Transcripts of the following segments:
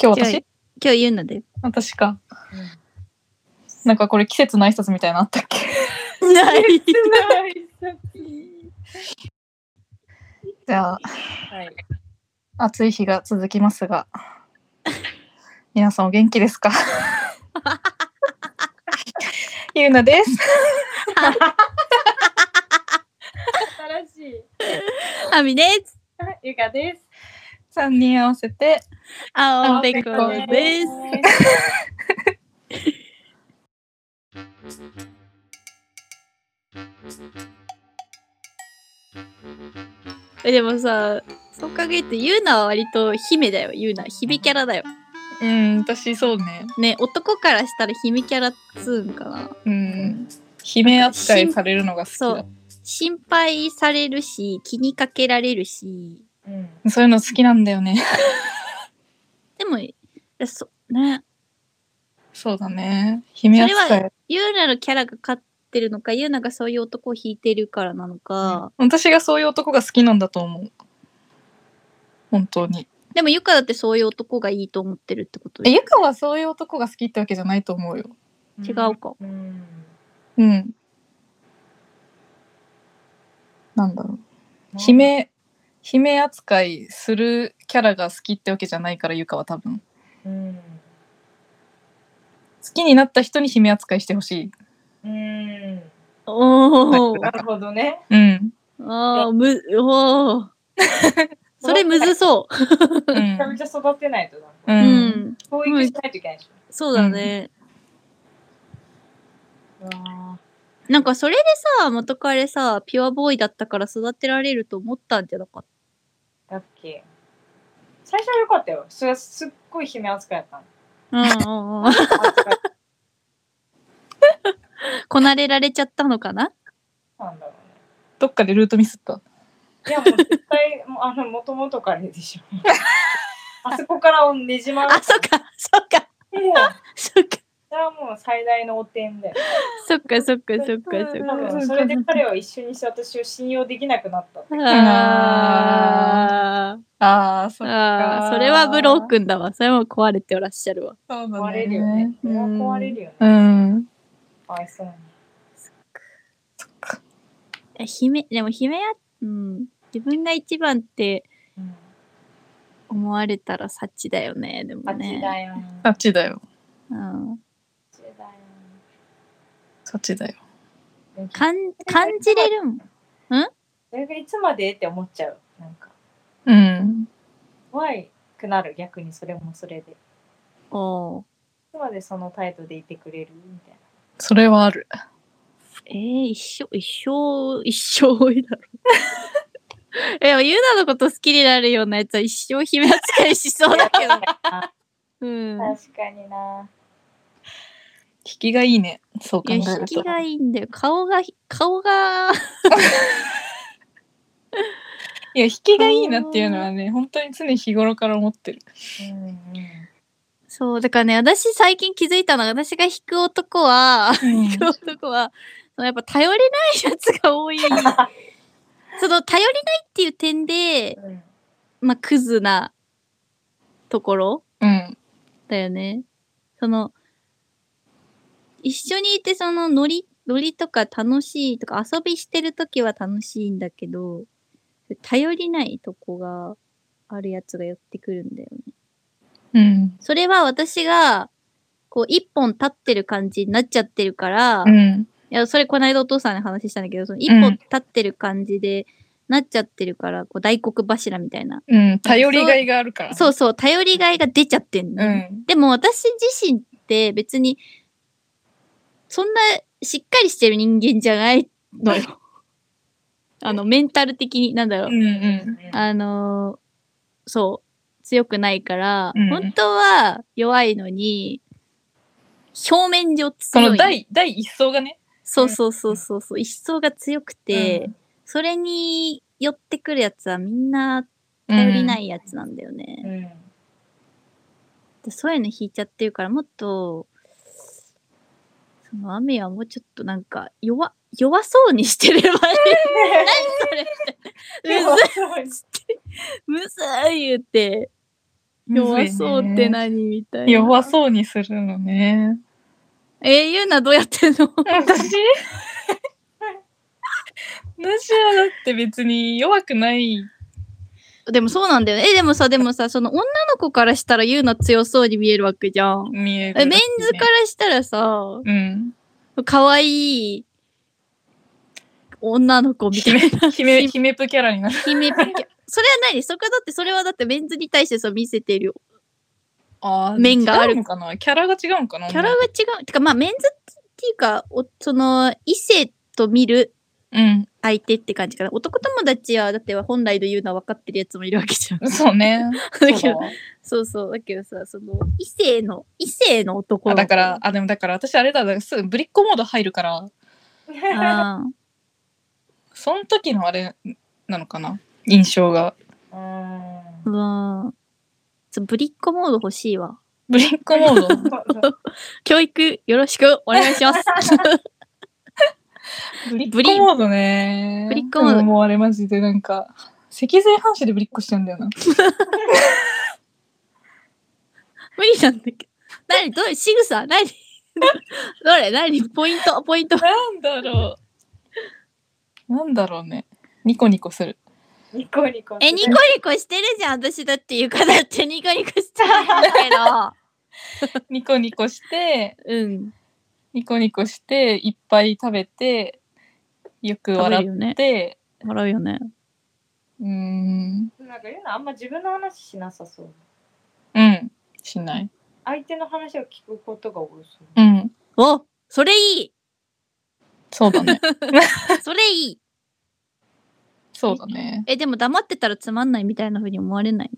今日今日私今日言うので。私か。なんかこれ季節の挨拶みたいなのあったっけない。 じゃあ、はい。暑い日が続きます が、皆さんお元気 ですかゆうなです。新しい。あみです。ゆかです。 3人合わせて、あおペべコこです。えでもさ、そう考えてゆうなは割と姫だよ。ゆうな姫キャラだよ。うん、私そうね。ね男からしたら姫キャラっつうんかな。うん。姫扱いされるのが好きそだう。心配されるし気にかけられるし。うん。そういうの好きなんだよね。でもえそねそうだね。姫そ扱れい。ゆうなのキャラが勝ってるのかゆうながそういう男を引いてるからなのか、私がそういう男が好きなんだと思う。本当に。でもゆかだってそういう男がいいと思ってるってことえ、でゆかはそういう男が好きってわけじゃないと思うよ。違うか。うん。うん。なんだろう。。姫、姫扱いするキャラが好きってわけじゃないから、ゆかは多分。うん。好きになった人に姫扱いしてほしい。うん。おおはなるほどね。うん。あーむお ーそれむずそうめんちゃ。めちゃ育てないとだ。う。う、うんん、教育しないといけないでしそうだね、ょ。わなんかそれでさ元彼さピュアボーイだったから育てられると思ったんじゃなかっあ。だっけ。最初は良かったよ。それはすっごい姫扱いだったの。たうんうんうん扱い こなれられちゃったのかななんだろうね。どっかでルートミスった。いやもう絶対もうあの元々からでしょ。あそこからをねじ曲があっそっかそっかてもうそっかそれはもう最大の汚点だよ。そっかそっかそっかそっ多か分それで彼は一緒にして私を信用できなくなった。あああ、ーそっあーそれはブロー君だわそれは壊れておらっしゃるわそうだ壊れるよね。。それは壊れるよね。うん。かわいそうに。え姫でも姫やうん自分が一番ってうん。思われたら幸だよねでも八ねだよ。あっちだよ。うん八だよ。そっちだよ。かん感じれるもんそれがいつまでって思っちゃう。なんかうん。怖いくなる逆にそれもそれで。いおーつまでその態度でいてくれるみたいな。それはある。えー、一生一生一生多いだろ えでもユナのこと好きになるようなやつは一生姫扱いしそうだけど うん確かにな。引きがいいね。そう考いえや引るきと。がいいんだよ顔が顔がいや、引きがいいなっていうのはね、本当に常日頃から思ってる。うんうん。そうだからね私最近気づいたのが私が引く男は引く男はそのやっぱ頼れないやつが 多いその頼りないっていう点でうんまあクズなところうん。だよねその一緒にいてそのノリノリとか楽しいとか遊びしてる時は楽しいんだけど頼りないとこがあるやつが寄ってくるんだよねうん。それは私が、こう、一本立ってる感じになっちゃってるから、ういん。や、それこないだお父さんに話したんだけど、その一うん本立ってる感じでなっちゃってるから、こう、大黒柱みたいな。うん。頼りがいがあるから。そうそう、頼りがいが出ちゃってんうの、ん。でも私自身って別に、そんなしっかりしてる人間じゃないのよ。 あの、メンタル的に、なんだろうう。んうん。あのーそう、強くないから、うん本当は弱いのに、表面上そ強のい。第、第一層がね。そうそうそうそうそう、一層が強くて、うん。それに寄ってくるやつはみんな頼りないいやつなんだよね。うん。でそういうの引いちゃってるから、もっと、その雨はもうちょっとなんか弱、弱そうにしてればいい。 何それみたいな。むずいむずい言って、弱そうってな何みたいな。弱そうにするのね。えー、ゆうなどうやってんの私 私はだって別に弱くない。 でもそうなんだよね。え、でもさ、でもさ、その女の子からしたらゆうな強そうに見えるわけじゃん。見える、え、メンズからしたらさ、ら。うん。可愛い女の子みたいな。姫、姫プキャラになる。姫ピキャそれは何そこだって、それはだってメンズに対してそう見せてるよ。あー面がある違うのかなキャラが違うのかなキャラが違う。てか、まあメンズっていうか、おその、異性と見るうん。相手って感じかな。男友達は、だって本来の言うのは分かってるやつもいるわけじゃん。そうね。 だそう けだど、わそうそう。だけどさ、その、異性の、異性の男あの子だから、、あ、でもだから私あれだ、だからすぐぶりっ子モード入るから、あーその時のあれなのかな印象が。うわーそうぶりっ子モード欲しいわ。ぶりっ子モード。う教育よろしくお願いします。ぶりっぶり子モードね。ぶりっ子モードでももうあれマジでなんか、脊髄反射でぶりっ子しちゃうんだよな。 無理なんだけど。何どういう仕草何 どれ何ポイントポイント。なんだろう。なんだろうね。ニコニコする。んニコニコえ、ニコニコしてるじゃん。私だって床だってニコニコしてるんだけど。ニコニコして、 うん。ニコニコして、いっぱい食べて、よく笑う笑よねっ。て、笑うよね。うーん、なんか言うのあんま自分の話しなさそううん、しない。相手の話を聞くことが多そううん、おそれいいそうだ ね。それいいそうだね。え、でも黙ってたらつまんないみたいな風に思われない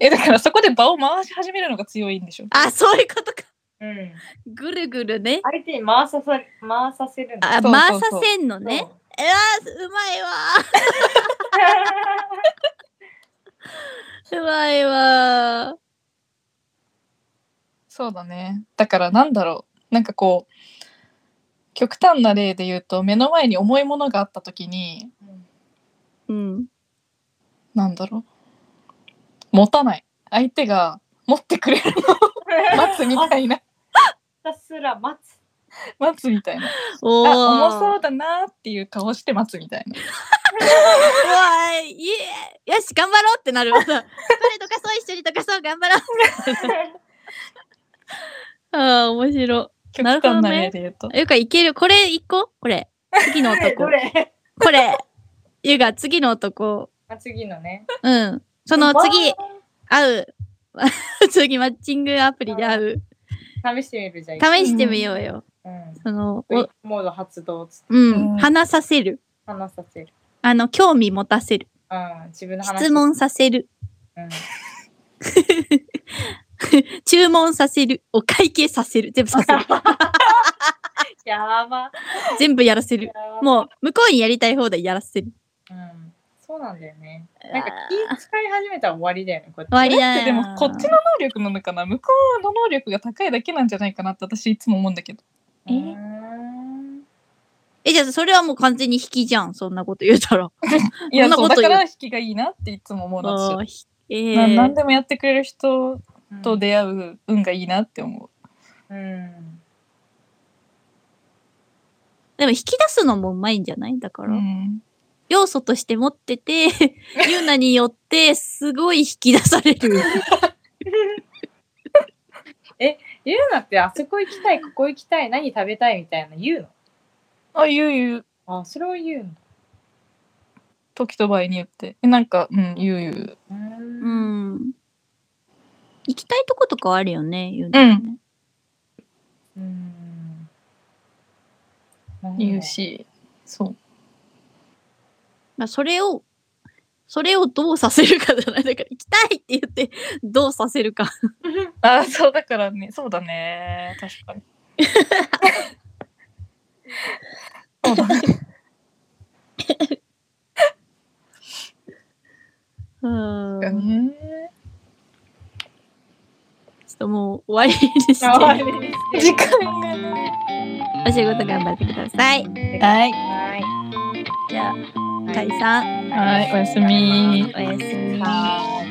え、だからそこで場を回し始めるのが強いんでしょ。あ、そういうことか。うんぐるぐるね。相手に回ささ回させるんだあ、そうそう回そうさせんのそうね。えー、うまいわー。うまいわそうだね。だからなんだろう。なんかこう、極端な例で言うと、目の前に重いものがあった時に、 うー。うんん。なんだろう。持たない。相手が持ってくれるのを待つみたいな。 ひたすら待 つ待つみたいな。おー。あ、重そうだなっていう顔して待つみたいな。うわーいえよし頑張ろうってなる わどれとかそう一緒にとかそう頑張ろうああ面白極なるほど端なね例で言うと。いゆかいけるこれいこうこれ次の男どれこれゆか次の男あ次のねうんその次わ会う 次マッチングアプリで会うー試してみるじゃん試、してみようよ、うん、そのフリおップモード発動つうん、うん話させる話させるあの興味持たせるうん自分の話質問させるうん注文させるお会計させる全部さ せるやば全部やらせるやばもう向こうにやりたい放題やらせるうんそうなんだよねなんか気使い始めたら終わりだよねこっち終わりだだってよ。でもこっちの能力なのかな向こうの能力が高いだけなんじゃないかなって私いつも思うんだけどうーんえ、じゃあそれはもう完全に引きじゃん。そんなこと言うたら。いや そんなそこうとだ言うから引きがいいなっていつも思うあのーひ私えは、な何ー、でもやってくれる人うんと出会う運がいいなって思ううんでも引き出すのもうまいんじゃないだかうら、ん、要素として持ってて、 ユーナによってすごい引き出される。言うなってあそこ行きたいここ行きたい何食べたいみたいな言うあ言う言うのあそれを言うの時と場合によってえなんかうん言う言ううーうんん。行きたいとことかはあるよね、ユーナ、ね。うんなんだろ言うし、そうまあそれを、それをどうさせるかじゃない。だから行きたいって言って、どうさせるか。あそうだからねそうだね確かにそうだねう確かん。ちょにっともう終わりにして、終わりおに時して間がね仕事頑張ってください。はいはいじゃあ、解散。はいおやすみおやすみ。はい